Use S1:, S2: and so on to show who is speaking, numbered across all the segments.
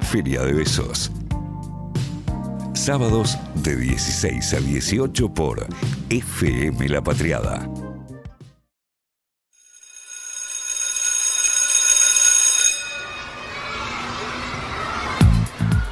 S1: Feria de Besos. Sábados de 16 a 18 por FM La Patriada.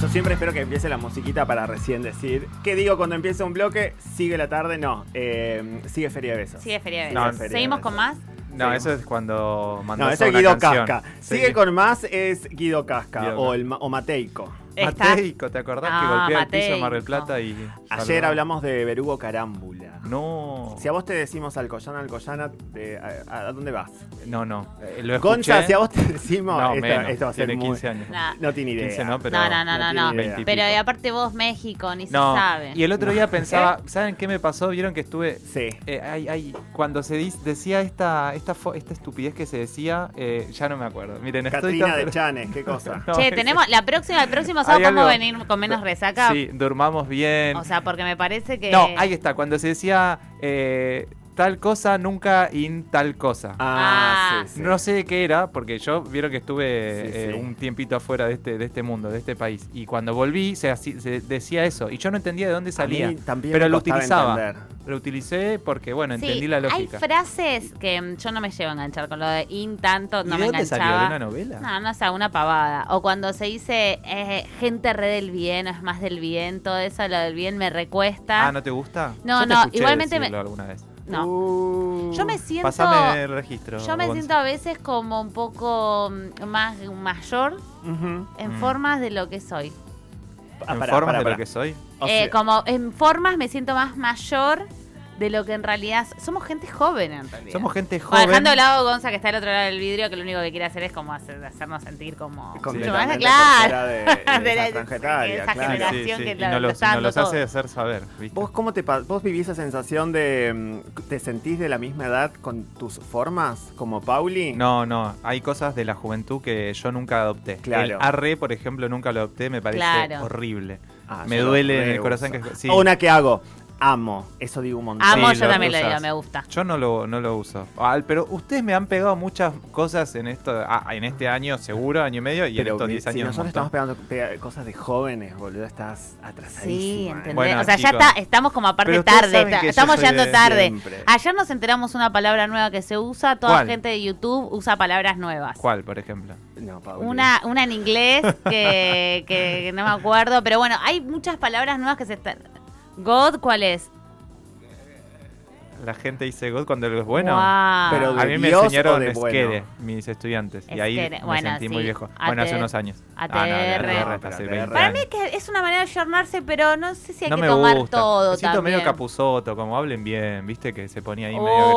S2: Yo siempre espero que empiece la musiquita para recién decir. ¿Qué digo cuando empieza un bloque? ¿Sigue la tarde? No. eh, sigue Feria de Besos.
S3: Sigue Feria de
S4: No,
S3: Besos.
S4: Feria de
S3: Seguimos
S2: Besos.
S3: con más.
S4: No,
S2: Sí.
S4: eso es cuando mandó
S2: No, ese es
S4: una
S2: Guido
S4: canción.
S2: Casca.
S4: Sí.
S2: Sigue con más es Guido Casca
S4: Guido
S2: o,
S4: Casca.
S2: el ma- o Mateico.
S3: Está.
S4: Mateico, ¿te acordás que
S3: Ah,
S4: golpea el piso
S3: Mateico.
S4: en Mar del Plata y.
S2: Ayer
S4: saludaba?
S2: hablamos de Berugo Carámbula.
S4: No.
S2: Si a vos te decimos Alcoyana, Alcoyana, te- a, a dónde vas?
S4: No, no. eh, Lo escuché.
S2: Gonza, si a vos te decimos.
S4: No,
S2: esto,
S4: menos.
S2: esto va a ser
S4: Tiene
S2: muy-
S4: 15 años.
S3: Nah.
S2: No tiene idea.
S4: 15 no, pero.
S3: no, no, no, no, no.
S2: tiene idea.
S4: 20 y
S3: Pero
S4: pico.
S3: y aparte vos, México, ni
S4: No,
S3: se sabe.
S4: Y el otro día pensaba,
S2: ¿Eh?
S4: ¿saben qué me pasó? Vieron que estuve.
S2: Sí.
S4: eh, ay, ay, cuando se dis- decía esta, esta, fo- esta estupidez que se decía, eh, ya no me acuerdo. Miren, estoy
S2: Catrina
S4: tan.
S2: de Chanes, qué cosa.
S4: No,
S3: che,
S4: es-
S3: tenemos la próxima, el próximo
S4: Hay
S3: sábado podemos
S4: algo-
S3: venir con menos resaca.
S4: Sí, durmamos bien.
S3: O sea, porque me parece que.
S4: No, ahí está, cuando se decía eh, tal cosa, nunca in tal cosa.
S2: Ah,
S3: Ah.
S2: sí, sí.
S4: No sé qué era, porque yo vieron que estuve
S2: Sí,
S4: eh,
S2: sí.
S4: un tiempito afuera de este, de este mundo, de este país. Y cuando volví se, así- se decía eso. Y yo no entendía de dónde
S2: A mí
S4: salía.
S2: también
S4: pero
S2: me
S4: lo
S2: costaba
S4: utilizaba.
S2: entender.
S4: Lo utilicé porque, bueno,
S3: Sí,
S4: entendí la
S3: Hay
S4: lógica.
S3: frases que mm, yo no me llevo a enganchar con lo de in tanto,
S4: ¿Y
S3: no
S4: de
S3: me
S4: dónde
S3: enganchaba.
S4: salió? ¿De una novela?
S3: No, no sé, una pavada. O cuando se dice eh, gente re del bien, o es más del bien, todo eso, lo del bien me recuesta.
S4: Ah, ¿no te gusta?
S3: No,
S4: Yo te
S3: no,
S4: escuché
S3: igualmente me-
S4: decirlo alguna vez.
S3: No.
S2: Uh.
S3: Yo me siento.
S4: Pásame el registro.
S3: Yo me
S4: Gonza.
S3: siento a veces como un poco mm, más mayor
S2: Ujú.
S3: en
S4: Mm.
S3: formas de lo que soy.
S2: Ah,
S4: ¿En
S2: pará,
S4: forma
S2: pará,
S4: de
S2: pará. Oh,
S4: lo que soy?
S2: O
S3: Eh,
S2: sea-
S3: como en formas me siento más mayor de lo que en realidad somos gente joven en realidad.
S4: Somos gente joven.
S3: Bueno, Dejando de lado Gonza que está al otro lado del vidrio, que lo único que quiere hacer es como hacer- hacernos sentir como mucho más
S2: Completamente
S3: claro.
S2: por fuera de- de esa
S3: la-
S2: franja etaria,
S3: esa
S2: claro.
S4: Sí, sí,
S3: generación
S4: sí,
S3: que
S4: y
S3: la-
S4: no
S3: lo
S4: los,
S3: está
S4: y no
S3: dando
S4: los
S3: todo.
S4: hace hacer saber. ¿viste?
S2: ¿Vos cómo te pa- vos vivís esa sensación de mm, te sentís de la misma edad con tus formas como Pauli?
S4: No, no, hay cosas de la juventud que yo nunca adopté.
S2: Claro.
S4: El arre, por ejemplo, nunca lo adopté, me parece
S3: Claro.
S4: horrible.
S2: Ah,
S4: me
S2: yo lo
S4: duele en el
S2: reuso.
S4: corazón que sí.
S2: O Una que hago, amo, eso digo un montón.
S3: Amo,
S4: Sí,
S3: yo
S4: lo
S3: también lo
S4: usas.
S3: digo, me gusta.
S4: Yo no lo, no lo uso. Al- pero ustedes me han pegado muchas cosas en esto ah, en este año, seguro, año y medio, y en
S2: Pero
S4: estos
S2: mi-
S4: 10
S2: si
S4: años. un
S2: nosotros
S4: montón.
S2: estamos pegando pega- cosas de jóvenes, boludo, estás atrasadísima.
S3: Sí,
S2: ¿eh?
S3: entendés.
S4: Bueno,
S3: o sea, ya
S4: chicos.
S3: está, estamos como aparte
S4: Pero ustedes
S3: tarde.
S4: saben
S3: ta-
S4: que yo
S3: estamos
S4: soy
S3: llegando
S4: de
S3: tarde. Ah,
S2: siempre.
S3: Ayer nos enteramos una palabra nueva que se usa. Toda
S4: ¿Cuál?
S3: gente de YouTube usa palabras nuevas.
S4: ¿Cuál, por ejemplo?
S2: No, Pauli.
S3: Una, una en inglés que, que no me acuerdo. Pero bueno, hay muchas palabras nuevas que se están. God, ¿cuál es?
S4: La gente dice God cuando algo es bueno.
S3: Guau.
S2: Pero
S4: A
S2: de
S4: mí me
S2: Dios o
S4: enseñaron
S2: de bueno.
S4: Skede, mis estudiantes. Y ahí
S3: Skede.
S4: me
S3: Bueno,
S4: sentí muy
S3: sí.
S4: viejo. Bueno, hace
S3: ATR.
S4: unos años.
S3: ATR.
S4: Ah, no,
S2: Para
S4: hace
S2: mí
S4: 20
S3: Para
S4: años.
S3: mí que es una manera de ayornarse, pero no sé si hay
S4: no
S3: que
S4: me
S3: tomar
S4: gusta.
S3: todo
S4: me siento
S3: también.
S4: medio capuzoto, como hablen bien, viste que se ponía ahí medio
S3: Oh,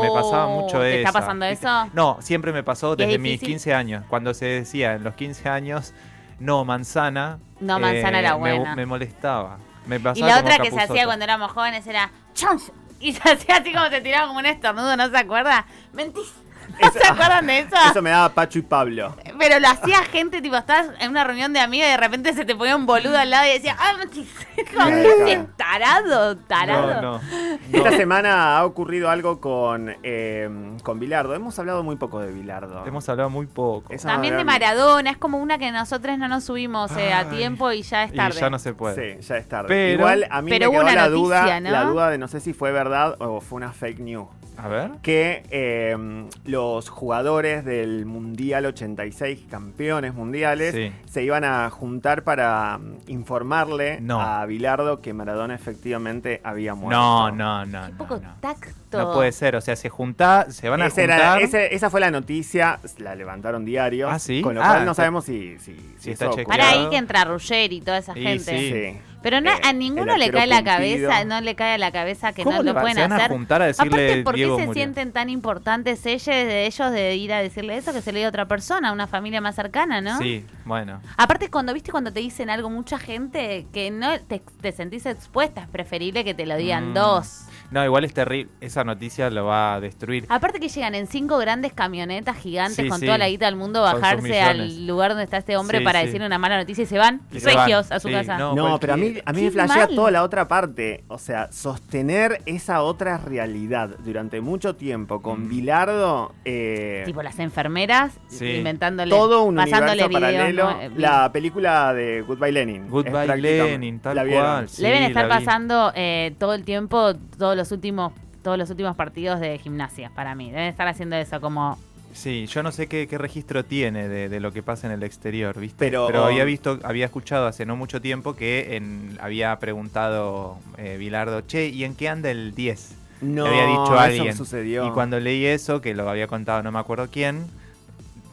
S4: agresivo. Me pasaba mucho
S3: ¿te
S4: eso.
S3: está pasando eso?
S4: No, siempre me pasó
S3: ¿Y es
S4: desde mis
S3: difícil?
S4: 15 años. Cuando se decía en los 15 años, no, manzana. eh,
S3: No, manzana era
S4: me-
S3: buena.
S4: Me, molestaba. Me pasaba
S3: Y la
S4: como
S3: otra que se
S4: capuzoto.
S3: hacía cuando éramos jóvenes era chons. Y se hacía así como se tiraba como un estornudo, ¿no se acuerda? Mentís. ¿No
S2: Eso-
S3: se acuerdan de eso?
S2: Eso me daba Pacho y Pablo.
S3: Pero lo hacía gente, tipo, estabas en una reunión de amigos y de repente se te ponía un boludo al lado y decía, ¡ah, mentís! Como,
S2: Claro,
S3: ¿qué
S2: claro.
S3: haces, tarado, tarado?
S4: No, no.
S2: Esta semana ha ocurrido algo con, eh, con Bilardo. Hemos hablado muy poco de Bilardo.
S4: Hemos hablado muy poco.
S2: Eso
S3: También de
S2: realmente-
S3: Maradona, es como una que nosotros no nos subimos eh, a
S4: Ay.
S3: tiempo y ya es
S4: Y
S3: tarde.
S4: ya no se puede.
S2: Sí, ya es tarde.
S4: Pero-
S2: Igual a mí
S3: Pero
S2: me
S3: hubo
S2: quedó
S3: una
S2: la
S3: noticia,
S2: duda,
S3: ¿no?
S2: la duda de no sé si fue verdad o fue una fake news.
S4: A ver.
S2: Que eh, los jugadores del Mundial 86, campeones mundiales,
S4: Sí.
S2: se iban a juntar para mm, informarle
S4: No.
S2: a Bilardo que Maradona efectivamente había muerto.
S4: No, no, no.
S3: Qué
S4: no,
S3: poco
S4: no.
S3: tacto.
S4: No puede ser. O sea, se junta, se van a
S2: Esa, era-
S4: juntar.
S2: ese- esa fue la noticia, la levantaron diario.
S4: Ah, ¿sí?
S2: Con lo
S4: Ah,
S2: cual no
S4: está-
S2: sabemos si, si,
S4: si está
S2: eso
S4: chequeado.
S3: Para
S2: ocurrió.
S3: ahí que entra Ruggeri y toda esa
S4: Y
S3: gente.
S4: sí.
S3: Pero no,
S2: Eh,
S3: a
S2: el
S3: ninguno le
S2: arquero
S3: cae la
S2: Pumpido.
S3: cabeza, no le cae a la cabeza que
S4: ¿Cómo
S3: no
S4: le
S3: lo
S4: va-
S3: pueden
S4: se van a
S3: hacer.
S4: juntar a decirle
S3: Aparte, ¿por qué
S4: Diego
S3: se
S4: murió?
S3: sienten tan importantes ellos de ellos de ir a decirle eso que se le dio a otra persona, a una familia más cercana, no?
S4: Sí, bueno.
S3: Aparte, cuando viste cuando te dicen algo mucha gente que no te, te sentís expuesta, es preferible que te lo digan
S4: Mm.
S3: dos.
S4: No, igual es terrible. Esa noticia lo va a destruir.
S3: Aparte que llegan en cinco grandes camionetas gigantes
S4: Sí,
S3: con
S4: sí.
S3: toda la guita del mundo,
S4: Son sus
S3: bajarse
S4: millones.
S3: al lugar donde está este hombre
S4: Sí,
S3: para
S4: sí.
S3: decirle una mala noticia y se van
S4: Y se
S3: regios
S4: van,
S3: a su
S4: sí,
S3: casa.
S4: no.
S2: No, pero a mí, a mí
S3: Qué
S2: me flashea
S3: mal.
S2: toda la otra parte. O sea, sostener esa otra realidad durante mucho tiempo con
S4: Mm.
S2: Bilardo. eh,
S3: Tipo las enfermeras
S4: Sí.
S3: inventándole,
S2: todo un
S3: pasándole
S2: universo
S3: videos,
S2: paralelo.
S3: ¿no? Eh,
S2: La película de Goodbye Lenin. es
S4: Goodbye
S2: prácticamente-
S4: Lenin, tal
S2: ¿la vieron?
S4: cual. Sí,
S3: Le deben estar
S4: la vi.
S3: pasando eh, todo el tiempo, todos los últimos, todos los últimos partidos de gimnasia para mí. Deben estar haciendo eso como
S4: Sí, yo no sé qué, qué registro tiene de, de lo que pasa en el exterior, ¿viste?
S2: Pero-
S4: había visto, había escuchado hace no mucho tiempo que en- había preguntado eh, Bilardo, che, ¿y en qué anda el 10?
S2: No,
S4: había dicho
S2: eso
S4: alguien.
S2: sucedió.
S4: Y cuando leí eso, que lo había contado no me acuerdo quién,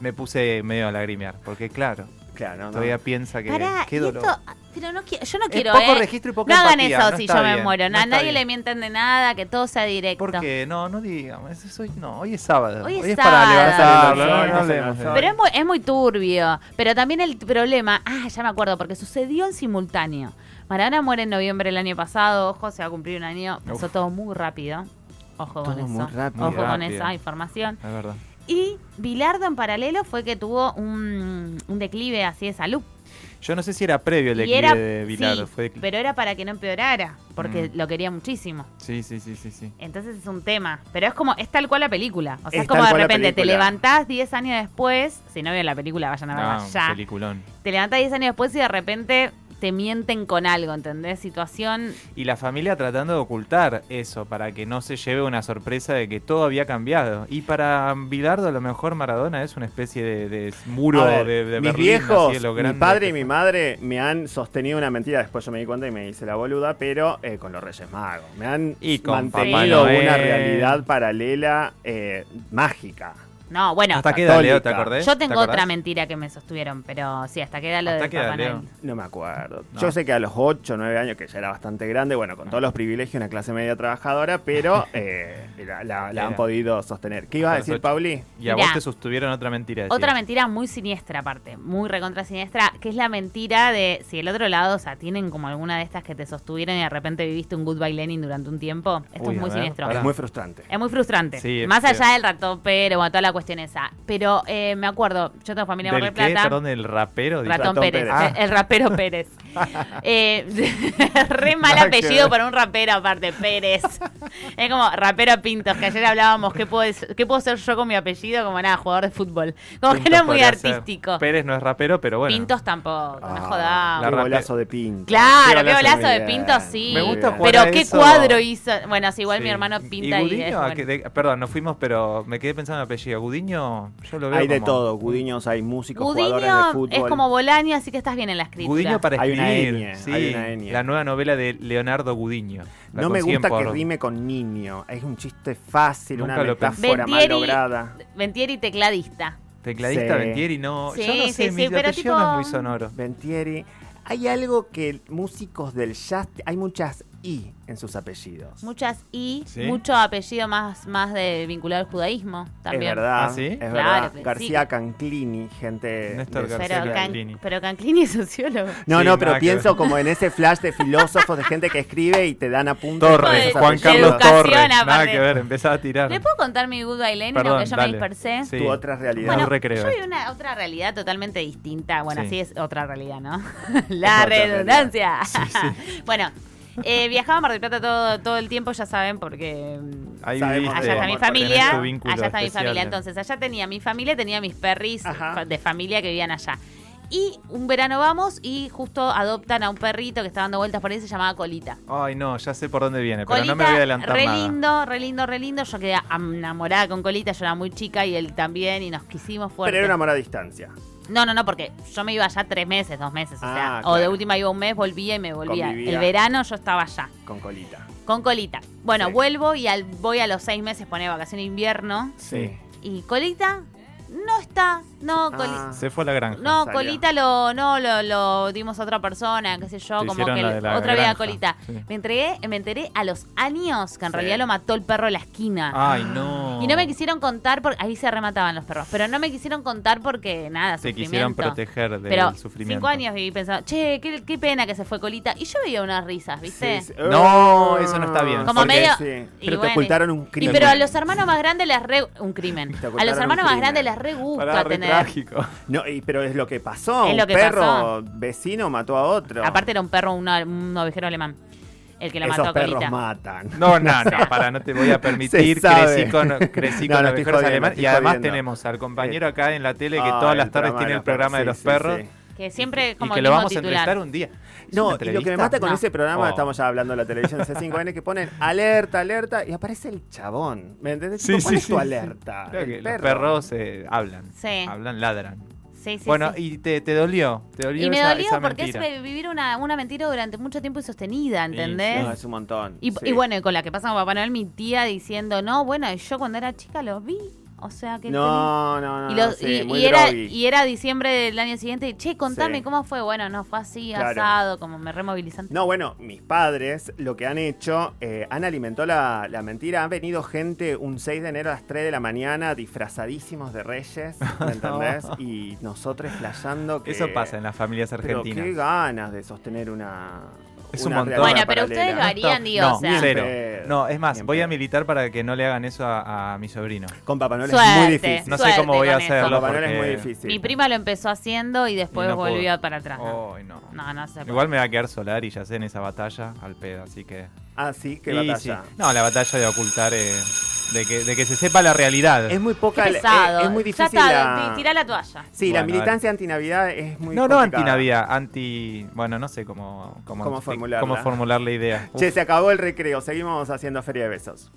S4: me puse medio a lagrimear, porque claro,
S2: Claro, no, no.
S4: todavía piensa que
S3: Pará,
S4: qué
S3: y
S4: dolor.
S3: esto- pero no quiero, yo no
S4: Es
S3: quiero,
S4: poco
S3: eh.
S4: registro y poca
S3: No hagan
S4: empatía,
S3: eso
S4: no
S3: si yo
S4: está
S3: me
S4: bien,
S3: muero.
S4: no
S3: a
S4: está
S3: nadie
S4: bien.
S3: le mientan de nada, que todo sea directo.
S4: Porque no, no digamos, eso es hoy no, hoy es sábado.
S3: Hoy es
S4: para
S3: sábado.
S4: levantarlo,
S2: Hoy
S4: no,
S2: es
S4: no
S2: sábado.
S4: hablemos de-
S3: Pero es muy, es muy turbio. Pero también el problema, ah, ya me acuerdo, porque sucedió en simultáneo. Maradona muere en noviembre del año pasado, ojo, se va a cumplir un año, pasó
S4: Uf.
S3: todo muy rápido. Ojo con
S2: Todo
S3: eso.
S2: muy rápido.
S3: Ojo con
S4: Rápido.
S3: esa información.
S4: Es verdad.
S3: Y Bilardo en paralelo fue que tuvo un, un declive así de salud.
S4: Yo no sé si era previo el
S3: Y
S4: declive
S3: era,
S4: de Bilardo.
S3: sí,
S4: fue declive.
S3: pero era para que no empeorara, porque
S4: Mm.
S3: lo quería muchísimo.
S4: Sí, sí, sí, sí, sí.
S3: Entonces es un tema. Pero es como, es tal cual la película. O sea, es,
S2: Es
S3: como
S2: tal
S3: de
S2: cual la
S3: repente te
S2: película.
S3: levantás 10 años después. Si no vieron la película, vayan a verla
S4: Ah, un
S3: ya.
S4: peliculón.
S3: Te levantás 10 años después y de repente te mienten con algo, ¿entendés? Situación.
S4: Y la familia tratando de ocultar eso para que no se lleve una sorpresa de que todo había cambiado. Y para Bilardo, a lo mejor Maradona es una especie de, de muro
S2: A ver,
S4: de, de
S2: mis
S4: Berlín,
S2: viejos,
S4: así de lo
S2: mi
S4: grande
S2: padre
S4: que
S2: y mi
S4: fue.
S2: madre me han sostenido una mentira. Después yo me di cuenta y me hice la boluda, pero eh, con los Reyes Magos. Me han
S4: Y con Papá
S2: mantenido
S4: Noel.
S2: una realidad paralela eh, mágica.
S3: No, bueno.
S4: ¿Hasta qué edad,
S2: católica.
S4: Leo? ¿Te acordés?
S3: Yo tengo
S4: ¿Te acordás?
S3: otra mentira que me sostuvieron, pero sí, hasta que era lo
S4: ¿Hasta
S3: de
S4: qué edad,
S3: Papá
S4: Leo?
S3: Noel.
S2: No me acuerdo.
S4: No.
S2: Yo sé que a los 8, 9 años, que ya era bastante grande, bueno, con todos los privilegios, una clase media trabajadora, pero eh, la, la- la han
S4: Era.
S2: podido sostener. ¿Qué ibas a
S4: Hasta los
S2: decir,
S4: ocho.
S2: Pauli?
S4: Y a
S3: Mirá.
S4: vos te sostuvieron otra mentira. decías.
S3: Otra mentira muy siniestra aparte, muy recontra siniestra, que es la mentira de si el otro lado, o sea, tienen como alguna de estas que te sostuvieron y de repente viviste un goodbye Lenin durante un tiempo. Esto
S4: Uy,
S3: es muy
S4: a ver,
S3: siniestro.
S4: pará.
S2: Es muy frustrante.
S3: Es muy frustrante.
S4: Sí, es
S3: Más
S4: feo.
S3: allá del rato, pero bueno, toda la cuestión esa. Pero eh, me acuerdo, yo tengo familia en
S4: ¿Del
S3: Mar del
S4: qué?
S3: Plata.
S4: Perdón, del rapero. dice.
S3: Ratón,
S2: Ratón
S3: Pérez,
S2: Pérez.
S4: Ah.
S3: el rapero Pérez. Eh, re mal
S4: Nada que
S3: apellido
S4: ver.
S3: para un rapero aparte, Pérez. Es como rapero Pintos, que ayer hablábamos qué puedo, qué puedo ser yo con mi apellido, como nada, jugador de fútbol. Como que no es
S4: Pintos
S3: muy
S4: podría ser.
S3: artístico.
S4: Pérez no es rapero, pero bueno.
S3: Pintos tampoco,
S2: Ah,
S3: no jodamos.
S4: La
S2: qué
S4: rape-
S2: golazo de Pinto.
S3: Claro,
S4: Qué
S3: qué
S4: golazo,
S3: golazo de
S2: muy bien,
S3: Pintos, sí.
S4: Me gusta
S2: bien.
S4: jugar a
S3: Pero qué
S4: eso.
S3: cuadro hizo. Bueno, sí, igual
S4: Sí.
S3: mi hermano pinta
S4: y
S3: y.
S4: Gudiño,
S3: es
S4: ¿a
S3: bueno.
S4: qué- de- perdón, nos fuimos, pero me quedé pensando en el apellido. Gudiño, yo lo veo
S2: Hay de
S4: como-
S2: todo, Gudiños, hay músicos, jugadores de
S3: Gudiño
S2: fútbol.
S3: es como Bolaño, así que estás bien en la escritura.
S4: Gudiño para
S2: Hay
S4: escribir.
S2: una ñ,
S4: sí,
S2: hay una ñ.
S4: La nueva novela de Leonardo Gudiño. La
S2: No me
S4: consiguen
S2: gusta que
S4: por-
S2: rime con niño. Es un chiste fácil,
S4: Nunca
S2: una
S4: lo
S2: metáfora
S3: pensé.
S2: mal
S3: Ventieri-
S2: lograda.
S3: Ventieri tecladista.
S4: Tecladista
S2: Sí.
S4: Ventieri, no.
S3: Sí,
S4: yo no sé,
S3: sí,
S4: mi
S3: sí, pero
S4: apellido
S3: tipo-
S4: no es muy sonoro.
S2: Ventieri. Hay algo que músicos del jazz, hay muchas I en sus apellidos.
S3: Muchas y
S4: Sí.
S3: mucho apellido más, más de vinculado al judaísmo también.
S2: Es verdad.
S4: ¿Ah, sí?
S2: Es
S4: Claro
S2: verdad.
S3: que sí.
S2: García Canclini, gente.
S4: Néstor
S2: de-
S4: García
S3: Pero, Can-
S4: Canclini.
S3: pero Canclini es sociólogo.
S2: No,
S4: Sí,
S2: no, pero
S4: nada que ver.
S2: pienso como en ese flash de filósofos, de gente que escribe y te dan apuntes.
S4: Torres,
S2: con esos
S3: de-
S4: Juan
S3: de
S4: Carlos
S2: apellidos.
S3: educación,
S4: Torres. Nada
S3: aparte.
S4: que ver, empezaba a tirar.
S3: ¿Le puedo contar mi Goodbye Lenin,
S4: Perdón,
S3: aunque yo
S4: dale.
S3: me dispersé?
S4: Sí.
S2: Tu otra realidad.
S4: Al
S3: Bueno,
S4: recreo
S3: yo vi
S4: esto.
S3: una otra realidad totalmente distinta. Bueno,
S4: Sí.
S3: así es otra realidad, ¿no?
S2: Es
S3: La
S2: otra
S3: redundancia. bueno, eh, viajaba a Mar del Plata todo, todo el tiempo, ya saben, porque mm,
S4: Ahí
S2: Sabemos
S4: viviste,
S3: allá está mi
S2: tenés
S3: familia.
S4: tu vínculo
S3: Allá está mi
S4: especial.
S3: familia. Entonces, allá tenía mi familia, tenía mis perris
S2: Ajá.
S3: fa- de familia que vivían allá. Y un verano vamos y justo adoptan a un perrito que está dando vueltas por ahí, se llamaba Colita.
S4: Ay, no, ya sé por dónde viene, Eh, pero
S3: Colita,
S4: no me voy a adelantar
S3: re
S4: nada.
S3: lindo, re lindo, re lindo. Yo quedé enamorada con Colita, yo era muy chica y él también, y nos quisimos fuerte.
S2: Pero era una mora a distancia.
S3: No, no, no, porque yo me iba allá tres meses, dos meses, o
S2: Ah,
S3: sea,
S2: claro.
S3: o de última iba un mes, volvía y me volvía.
S2: Convivía.
S3: El verano yo estaba allá,
S2: Con colita.
S3: con colita. Bueno,
S2: Sí.
S3: vuelvo y al, voy a los seis meses, pone vacación de invierno,
S4: Sí.
S3: y colita no está, no, colita.
S2: Ah.
S4: Se fue a la granja.
S3: No,
S2: salió.
S3: colita lo, no, lo, lo dimos a otra persona, qué sé yo,
S4: Te
S3: como
S4: hicieron
S3: que
S4: la
S3: el-
S4: de la
S3: otra vida
S4: granja,
S3: colita.
S4: sí.
S3: Me entregué, me enteré a los años que en
S2: Sí. Ah.
S3: realidad lo mató el perro de la esquina.
S4: Ay, no. No.
S3: Y no me quisieron contar porque ahí se remataban los perros, pero no me quisieron contar porque nada,
S4: Se
S3: sufrimiento.
S4: quisieron proteger del
S3: pero
S4: sufrimiento.
S3: cinco años viví pensando, che, qué, qué pena que se fue Colita. Y yo veía unas risas, ¿viste?
S2: Sí, sí.
S4: No, eso no está bien,
S3: Como
S2: porque-
S3: medio-
S2: sí.
S3: y
S2: Pero te
S3: bueno,
S2: ocultaron un
S3: Y
S2: crimen.
S3: pero a los hermanos más grandes les re... Un crimen.
S2: Te
S3: A
S2: ocultaron
S3: los
S2: un
S3: hermanos más
S2: crimen.
S3: grandes les re gusta
S4: Pará, re
S3: tener...
S4: trágico.
S2: No, y- pero es lo que pasó.
S3: Es
S2: un
S3: lo que
S2: perro
S3: pasó.
S2: vecino mató a otro.
S3: Aparte era un perro, una- un ovejero alemán, el que lo
S2: Esos
S3: mató a
S2: perros
S3: Colita.
S2: matan.
S4: No, no, no, para, no te voy a permitir.
S2: Se sabe.
S4: Crecí con, crecí
S2: No,
S4: con
S2: no,
S4: los
S2: estoy
S4: mejores
S2: jodiendo,
S4: alemanes.
S2: estoy
S4: Y además
S2: jodiendo.
S4: tenemos al compañero acá en la tele que
S2: Ah,
S4: todas las
S2: el
S4: tardes
S2: programa
S4: tiene
S2: de
S4: el
S2: los
S4: programa de
S2: perros,
S4: los
S2: sí,
S4: perros.
S2: sí, sí.
S3: Que siempre
S4: Y
S3: como
S4: que
S3: el
S4: lo
S3: mismo
S4: vamos a
S3: titular.
S4: entrevistar un día. ¿Es
S2: No,
S4: una
S2: y lo que me
S4: entrevista?
S2: mata con
S3: No.
S2: ese programa,
S4: Oh.
S2: estamos ya hablando de la televisión C5N, que ponen alerta, alerta, y aparece el chabón. ¿Me entendés?
S4: Sí,
S2: Tipo, ¿Cuál
S4: sí,
S2: es tu
S4: sí, sí.
S2: alerta?
S4: Creo
S2: El
S4: que
S2: perro.
S4: Los perros eh, hablan.
S3: Sí.
S4: Hablan, ladran.
S3: Sí, sí,
S4: bueno,
S3: sí.
S4: y te, te dolió. Te dolió
S3: Y me
S4: esa-
S3: dolió
S4: esa
S3: porque
S4: mentira.
S3: es vivir una, una mentira durante mucho tiempo y sostenida, ¿entendés?
S2: No, es un montón.
S3: ¿Eh? Y,
S2: sí.
S3: y bueno, y con la que pasa con Papá Noel, mi tía diciendo, no, bueno, yo cuando era chica los vi. O sea que.
S2: No, no, no.
S3: tenés-". Y,
S2: no,
S3: los-
S2: sí,
S3: y-
S2: muy
S3: y era,
S2: groggy.
S3: y era diciembre del año siguiente. Che, contame
S2: Sí.
S3: cómo fue. Bueno, no fue así,
S2: Claro.
S3: asado, como me removilizante.
S2: No, bueno, mis padres lo que han hecho, eh, han alimentado la, la mentira. Han venido gente un 6 de enero a las 3 de la mañana disfrazadísimos de reyes, ¿me entendés? Y nosotros flasheando que...
S4: Eso pasa en las familias
S2: Eh, Pero
S4: argentinas.
S2: qué ganas de sostener una.
S4: Es
S2: una
S4: un montón.
S2: realidad
S4: Bueno,
S3: pero ustedes
S2: paralela.
S3: lo harían. Harían, digo,
S4: no,
S3: o sea.
S4: cero.
S2: Ni en pedo,
S4: No, es
S2: ni
S4: más,
S2: en
S4: voy a
S2: pedo.
S4: militar para que no le hagan eso a, a mi sobrino.
S2: Con Papá Noel es muy
S3: Suerte.
S2: difícil.
S4: No sé
S3: Suerte
S4: cómo voy a
S3: con eso.
S4: hacerlo.
S2: Con Papá Noel es
S4: porque-
S2: muy difícil.
S3: Mi prima lo empezó haciendo y después
S4: Y no pudo.
S3: volvió para atrás. No,
S4: Ay, no.
S3: no, no se puede.
S4: Igual me va a quedar solar y ya sé en esa batalla al pedo, así que.
S2: Ah, sí, qué
S4: Y
S2: batalla.
S4: sí. No, la batalla de ocultar, eh, de, que, de que se sepa la realidad.
S2: Es muy
S3: Qué
S2: poca. eh,
S3: pesado.
S2: Es, muy
S3: Ya
S2: difícil.
S3: está,
S2: la...
S3: tirá la toalla.
S2: Sí, la
S4: Bueno,
S2: militancia antinavidad es muy.
S4: no, no
S2: complicada.
S4: antinavidad, anti. Bueno, no sé cómo. Cómo,
S2: Cómo formularla.
S4: cómo formular la idea.
S2: Che, se acabó el recreo. Seguimos haciendo feria de besos.